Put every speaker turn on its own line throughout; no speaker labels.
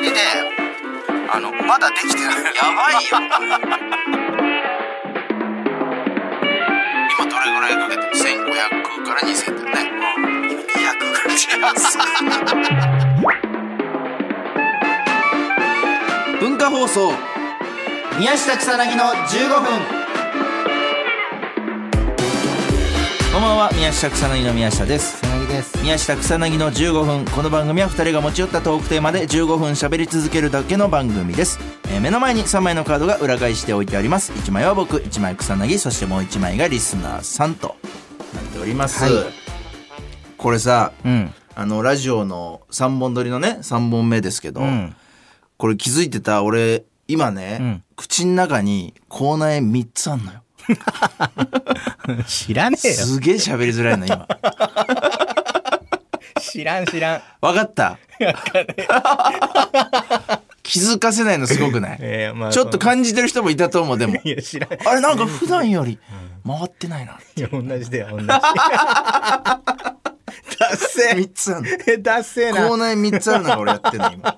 みであのまだできてない
やばいよ今どれぐらいかけてる1500から2000だよね
200ぐらいです
文化放送
宮下草薙の15分
こんばんは宮下草薙の宮下です
草薙です
宮下草薙の15分この番組は2人が持ち寄ったトークテーマで15分喋り続けるだけの番組です、えー目の前に3枚のカードが裏返しておいてあります1枚は僕1枚草薙そしてもう1枚がリスナーさんとなっております、
はい
これさ
うん
あのラジオの3本撮りのね3本目ですけど、
うん
これ気づいてた俺今ね、
うん
口の中に口内炎3つあんのよ
知らねえ よ
すげえ喋りづらいの 今
知らん知らん
わかった 気づかせないのすごくない、
えーまあ
ちょっと感じてる人もいたと思うでも
いや知らんい
あれなんか普段より回ってないな
や同じだよ同じ
達成3つある
え ダッセーな
口内3つあるのが俺やってんの今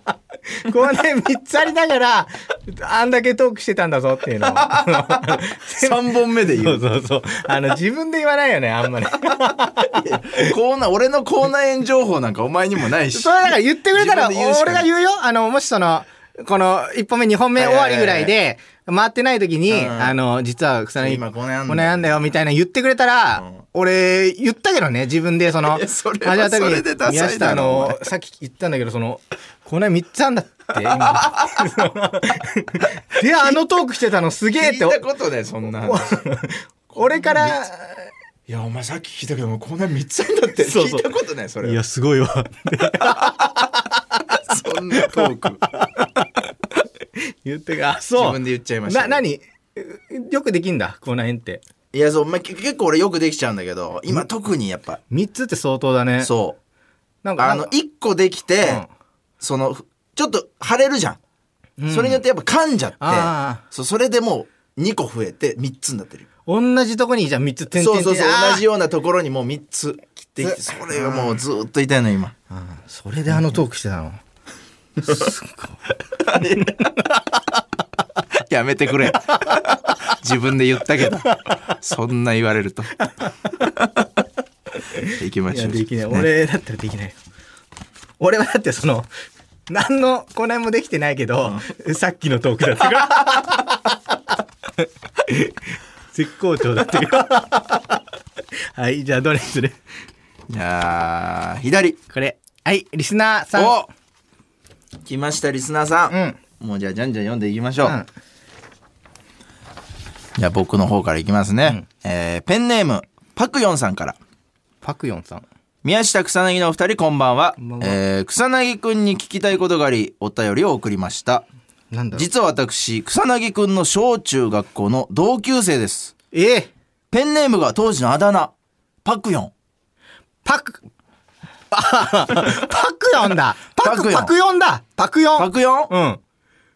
こうね、3つありながら、あんだけトークしてたんだぞっていうのを。
3本目で
そ
言
う
う
そうそう。あの、自分で言わないよね、あんまり。
口内俺の口内炎情報なんかお前にもないし
それだから言ってくれたら、
自分で言うしか
俺
ない
が言うよ。あの、もしその、この、1本目、2本目終わりぐらいで、回ってない時に、
うん
あの、実は草薙、
今この辺
この辺だよ、みたいな言ってくれたら、俺、言ったけどね、自分で、その、
いやそれは
始まった時
それでダサいだろ
宮下
お
の、さっき言ったんだけど、その、この辺3つあんだって、 今。で、あのトークしてたのすげえ
聞
っ
い
て、
たことないそんな話
俺から、
いやお前さっき聞いたけどもう口内炎3つあるんだって
そうそ
聞
う
いたことないそれ
すごいわ。
そんなトーク
言ってか、あそう。
自分で言っちゃいました
な、何よくできんだ、この辺って。
いやそう、まあ、け結構俺よくできちゃうんだけど今特にやっぱ
3つって相当だね。
そう
なんか、
あの1個できて、
うん
そのふちょっと腫れるじゃん、それによってやっぱ噛んじゃって
あ
そうそれでもう2個増えて3つになってる
同じとこにじゃあ3つ点
そ
々
うそうそう同じ
よ。
ようなところにもう3つできてそれがもうずっと痛いの今
あーそれであのトークしてたの。
やめてくれ自分で言ったけどそんな言われる と行きま
い
し
や、
ょう
できない。
ね
俺だったらできないよ。俺はだってその、何の、この辺もできてないけど、さっきのトークだったから。 絶好調だった から。はい、じゃあどれにする
じゃあ左
これ。はい、リスナーさん。
お来ましたリスナーさん、
うん。
もうじゃあじゃんじゃん読んでいきましょう、
うん
じゃあ僕の方からいきますね、えーペンネームパクヨンさんから
パクヨンさん。
宮下草薙のお二人こんばんは
んばんは
えー草薙くんに聞きたいことがありお便りを送りました
なんだろう
実は私草薙くんの小中学校の同級生です
ええ
ペンネームが当時のあだ名パクヨン
パク、あパクヨンだ。パ
パク
ク、
ヨン
パクヨンだ。パクヨ
パ
ン。
クヨン
うん。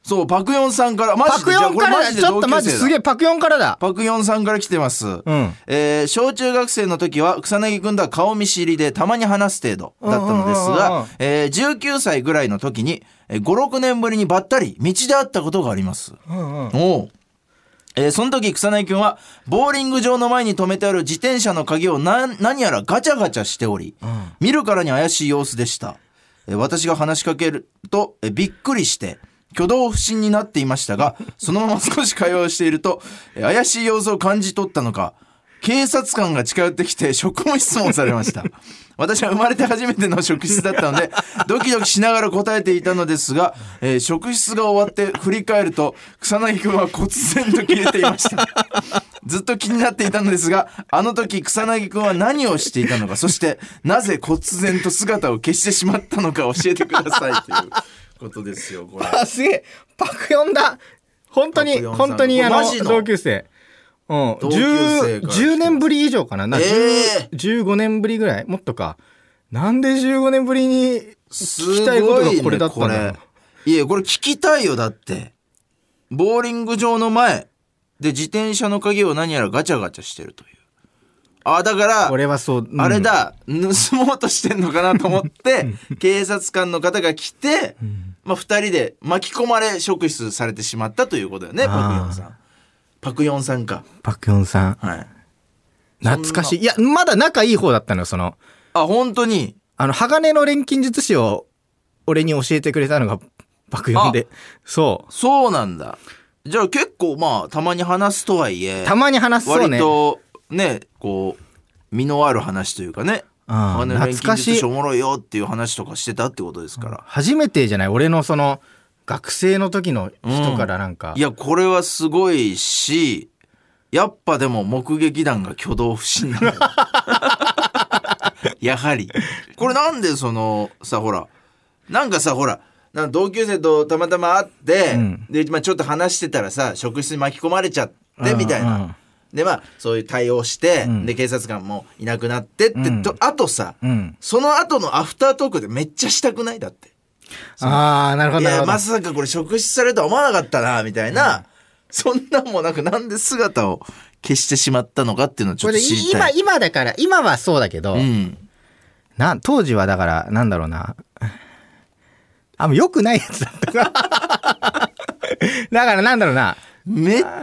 そうパクヨンさんからマ
パ
ジで
ク
じゃ
ヨ
あ
ン
これ
から
マ
だ。
ジ
ち
で同
ょっと
級
マジ
生
す
だ
げえ、パクヨンからだ。
パクヨンさんから来てます。
ん
えー小中学生の時は草薙くんとは顔見知りでたまに話す程度だったのです
うんうんうんう
が
ん、
えー19歳ぐらいの時に、えー5、6年ぶりにばったり道で会ったことがあります。
うんうん。
おうえーその時草薙くんはボーリング場の前に止めてある自転車の鍵をな何やらガチャガチャしており、見るからに怪しい様子でした、えー私が話しかけると、えーびっくりして挙動不審になっていましたがそのまま少し会話をしていると、えー怪しい様子を感じ取ったのか警察官が近寄ってきて職務質問されました私は生まれて初めての職質だったのでドキドキしながら答えていたのですが、えー職質が終わって振り返ると草薙くんは忽然と消えていましたずっと気になっていたのですがあの時草薙くんは何をしていたのかそしてなぜ忽然と姿を消してしまったのか教えてくださいということですよこれ
あ、すげえ。パクヨンだ。本当
パ
に、
クヨンさん
本当に、あ
マ
の、
ジの
同級生。うん。
同級生
10、
から
10年ぶり以上かな。な
え
10 15年ぶりぐらいもっとか。なんで15年ぶりに
す
聞きたいことがこれだったんだろう
ごいねこれいやこれ聞きたいよだってボーリング場の前で自転車の鍵を何やらガチャガチャしてるというあだから
これはそう。うん
あれ。だ、盗もうとしてんのかなと思って、警察官の方が来て、まあ、2人で巻き込まれ職質されてしまったということだよね
あー
パクヨンさんパクヨンさんか
パクヨンさん。
はい
懐かしい。いや、まだ仲いい方だったのよ、その。
あ本当に
あの、鋼の錬金術師を、俺に教えてくれたのが、パクヨンで。そ
そうなんだじゃあ結構まあたまに話すとはいえ
う。たまに話すそう
割
ね。
とねこう身のある話というかね
あー
あの錬金
懐かしい
術師おもろいよっていう話とかしてたってことですから、
初めてじゃない俺のその、学生の時の人からなんか。
いやこれはすごいしやっぱでも目撃談が挙動不審 なのよやはりこれなんでそのさほらなんかさほらなんか同級生とたまたま会って、
うん
で、まあ、ちょっと話してたらさ職質に巻き込まれちゃってみたいな、
うんうん
でまあそういう対応して、
うん
で警察官もいなくなってって、
うん
とあとさ、
うん。
その後のアフタートークでめっちゃしたくないだって
ああ、なる
い
ほど、なる
や
ほど
ま。さかこれ職質されるとは思わなかったなみたいな、そんなんもなくなんで姿を消してしまったのかっていうのをち
こ
ょっ
れ
と
い
知りた
今、
い
今だから、今はそうだけど、
うん
な、当時はだから、なんだろうな。あ、もう良くないやつだったから。 だからなんだろうな。
めっちゃ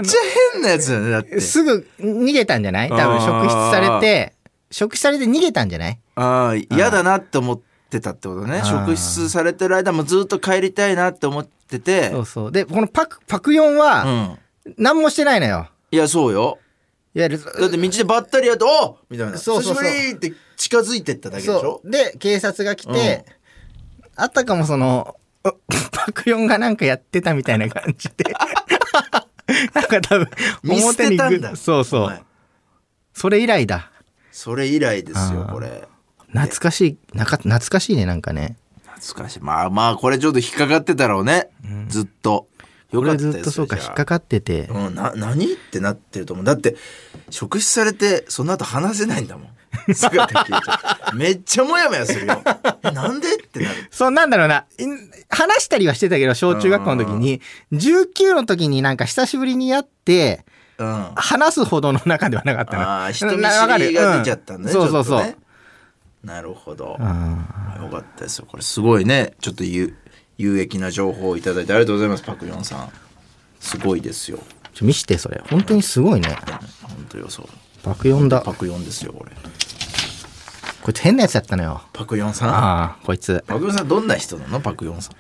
変なやつだよねだって
すぐ逃げたんじゃない多分
あー
職質されて、職質されて逃げたんじゃない
ああ嫌だなって思ってたってことね
あー
職質されてる間もずっと帰りたいなって思ってて
そうそう。で、このパク、パクヨン
う
は、
ん
何もしてないのよ。
いやそうよ
いわゆる、
だって道でばったりやと「おうみたいな「
そうそうそう
久しぶり!」って近づいてっただけでし
そ
ょ
う。で、警察が来て、あたかもその、う パクヨンがなんかやってたみたいな感 じで。なんか多分、
見捨てたん
表
だ
にぐそうそ
は
う
い。
それ以来だ。
それ以来ですよ
あー
これ
懐かしい、なか、懐かしいね、なんかね。
懐かしいまあまあこれちょっと引っかかってたろうね、ずっとよか
俺
ったです
ずっとそうか、
じゃ
引
あ
っかかってて。
うん、な何ってなってると思うだって職質されてその後話せないんだも ん姿消えちゃうめっちゃモヤモヤするよえなんでってなる
そう、なんだろうな。ん話したりはしてたけど、小中学校の時に、19の時になんか久しぶりに会って、
うんあ
話すほどの中ではなかったな。
あー人見
なわか
知
る
りが出ちゃったんだね、
う
ち
そ
ょ
う
っ
そ
と
う。
ねなるほどよ
あ
かったですよこれすごいねちょっと有有益な情報をいただいてありがとうございますパクヨンさんすごいですよ
ーちょ見して、それ。本当にすごいね。
本当よそう
爆読んだ。
パクヨンですよこれ
こいつ変なやつだったのよ。
パクヨンさん
ああ、こいつ。
パクヨンさんどんな人なのパクヨンさん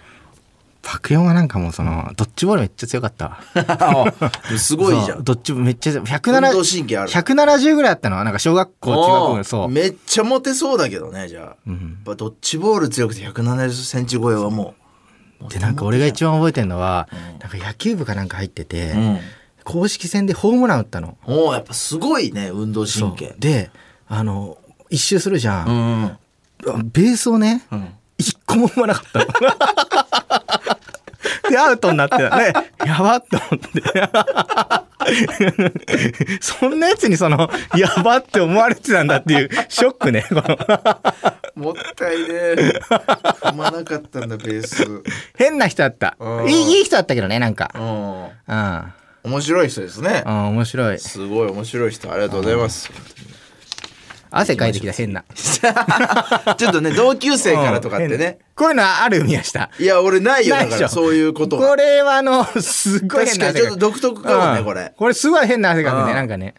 爆読はなんかもうその、ドッジボールめっちゃ強かったわ。
あすごいじゃ
そうんドッジボールめっちゃ強い、
運動
170
神経ある
170ぐらいあったのなんか小学校、中学校
お
の
ー
そう。
めっちゃモテそうだけどねじゃあ、
う
や
ん
っぱドッジボール強くて1 7 0センチ超えはもう
でなんか俺が一番覚えてるのは、
ん
なんか野球部かなんか入ってて、
うん
公式戦でホームラン打ったの。
おーやっぱすごいね運動神経
そうであの一周するじゃ、
うんんうん
ベースをね、一個も踏まなかったの。でアウトになってたねやばっと思ってそんなやつにそのやばって思われてたんだっていうショックねこの
もったいねえ踏まなかったんだベースうん
変な人だった
うん
いいいい人だったけどねなんかうん、
面白い人ですね
うん、面白い
すごい面白い人ありがとうございます
汗かいてきた変な
ちょっとね同級生からとかって
うん変
ね
なこういうのはある宮下
いや俺ないよ
な
だ
いでしょ
からそういうことは
これはあのすごい変
確
な
かにちょっ
汗か
と
く
独特かもねこれ
これすごい変な汗かく
う
ね
ん
なんかね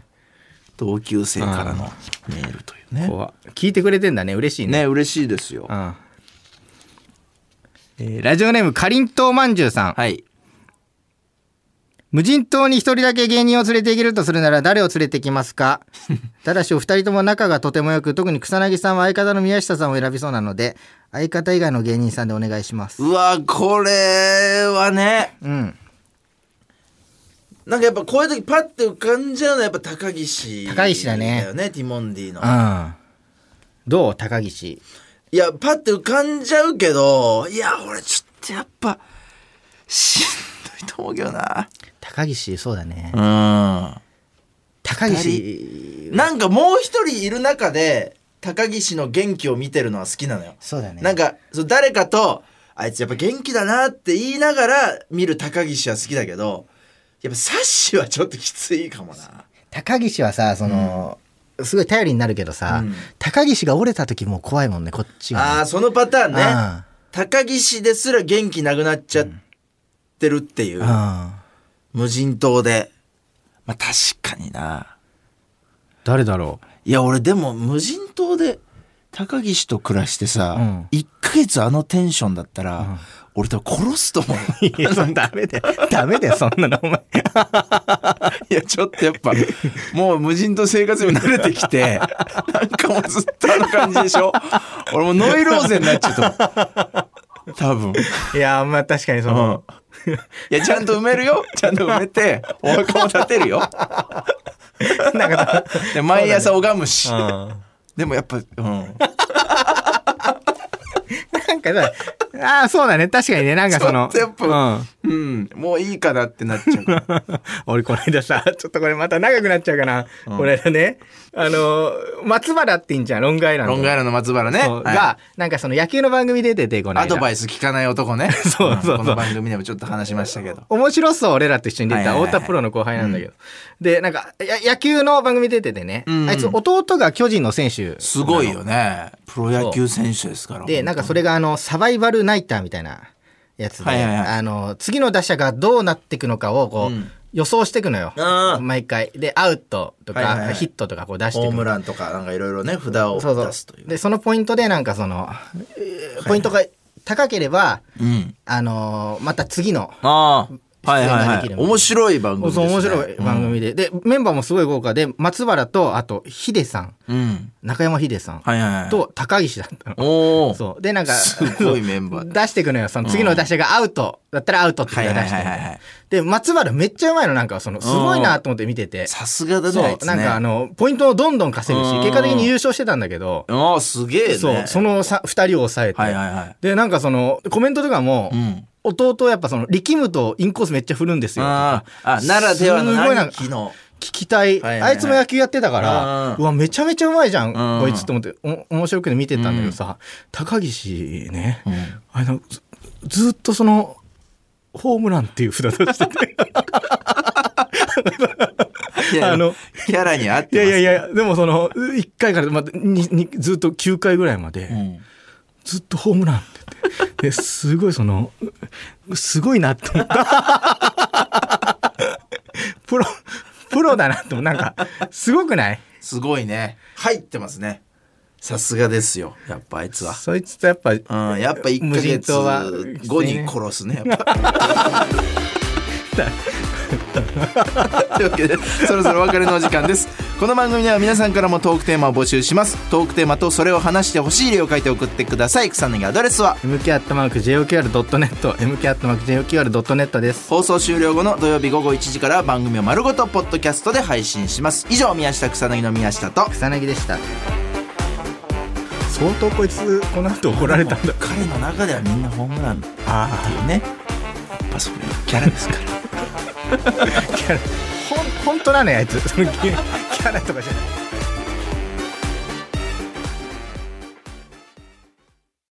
同級生からのメールというね
こう聞いてくれてんだね嬉しいね
ね嬉しいですよ
うんえーラジオネームかりんとうまんじゅうさん、
はい
無人島に一人だけ芸人を連れていけるとするなら誰を連れてきま すかただしお二人とも仲がとてもよく特に草薙さんは相方の宮下さんを選びそうなので相方以外の芸人さんでお願いします
うわこれはね
うん
なんかやっぱこういう時パッて浮かんじゃうのはやっぱ高岸
高岸だね
よねティモンディの
うんどう高岸
いやパッて浮かんじゃうけどいや俺ちょっとやっぱしんどいと思うけどな
高岸そうだね
うん
高岸
なんかもう一人いる中で高岸の元気を見てるのは好きなのよ
そうだね
なんかそう誰かとあいつやっぱ元気だなって言いながら見る高岸は好きだけどやっぱサッシはちょっときついかもな
高岸はさその、すごい頼りになるけどさ、
うん
高岸が折れた時もう怖いもんねこっちがね、
あーそのパターンね
あ
高岸ですら元気なくなっちゃってるっていう、
ああ
無人島で。まあ確かにな。
誰だろ
いや俺でも無人島で高岸と暮らして
う
さ、
ん
一1ヶ月あのテンションだったら、
ん
俺多分殺すと思う。
ういやそん ダメだよダメだよそんなのお前
いやちょっとやっぱもう無人島生活に慣れてき てなんかもうずっとあの感じでしょ俺もうノイローゼになっちゃったもん多分。
いやまあ確かにその、
うん。いや、ちゃんと埋めるよ。ちゃんと埋めて、お墓も建てるよ。
なんか
で、毎朝拝むし。
うん
でもやっぱ、うん。
なんかさああそうだね確かにねなんかその
ちょっとやっ
うん
うん。もういいかなってなっちゃうから。
俺この間さちょっとこれまた長くなっちゃうかな、これねあの松原っていいんじゃんロングアイランド
ロングアイランド松原ね。
そう
はい
がなんかその野球の番組出ててこの間
アドバイス聞かない男 ね。
そうそうそうん
この番組でもちょっと話しましたけど。
面白そう俺らと一緒に出てた
はいはいはい
太田プロの後輩なんだけど、でなんかや野球の番組出ててね、
うん
あいつ弟が巨人の選手
すごいよね。プロ野球選手ですから。
でなんかそれがあのサバイバルナイターみたいなやつで、
はいはいはい
あの次の打者がどうなっていくのかをこう、
うん
予想していくのよ
あー
毎回でアウトとか、
はいはいはい
ヒットとかこう出してい
ホー
くの
ムランとか、なんかいろいろね、札を
そう
出す
そ
というう。
でそのポイントでなんかその、えーポイントが高ければ
うん。
あのーまた次の
ああ。はいはい
出演が
は
でき
い。
る
面白い番組です
そう
ね。
面白い番組で、でメンバーもすごい豪華で松原とあとヒデさん
うん。うん。
中山ヒデさん、
はいはいはい。、
と高岸だったの。
おお。
そうでなんか
すごいメンバー
出してくのよその次の打者がアウトだったらアウトって
は
いう
い
の
は
を
いはい
出してくのよ
はい。
で松原めっちゃうまいのなんかそのすごいなと思って見てて、
さすがだね。あ
そ
いうつね
なんかあのポイントをどんどん稼ぐし
うん
結果的に優勝してたんだけど、
ああ、すげえね。
そうそのさ2人を抑えて、
はいはいはい。
でなんかそのコメントとかも、
うん。
弟やっぱその力むとインコースめっちゃ振るんですよとか
ああ、あならではの
すごいなん
兄
か
貴の。
聞きたい,、
はいはいはい
あいつも野球やってたから、
う
うわめちゃめちゃうまいじゃん、
ん
こいつと思ってお面白くて見てたんだけどさ、高岸ね、あのずずっとそのホームランっていう札出してて
いや
あの
キャラに合っ
い
て
や
ます。
いやいやでもその1回からまたににずっと9回ぐらいまで、
うん
ずっとホームランって言ってですごいそのすごいなって思った プロプロだなって思うなんかすごくない
すごいね。入ってますね。さすがですよ。やっぱあいつは。
そいつとやっぱ
うん、やっぱ1ヶ
無人
月
島は
後に殺すね。やっぱというわけでそろそろお別れのお時間ですこの番組では皆さんからもトークテーマを募集しますトークテーマとそれを話してほしい例を書いて送ってください草薙アドレスは
mk.joqr.net mk.joqr.net です
放送終了後の土曜日午後1時からは番組を丸ごとポッドキャストで配信します以上宮下草薙の宮下と
草薙でした相当こいつこの後怒られたんだ
彼の中ではみんなホームランって
あ
いうねやっぱそういうキャラですから
あほん本当なのよあいつそのキャキャラとかじゃない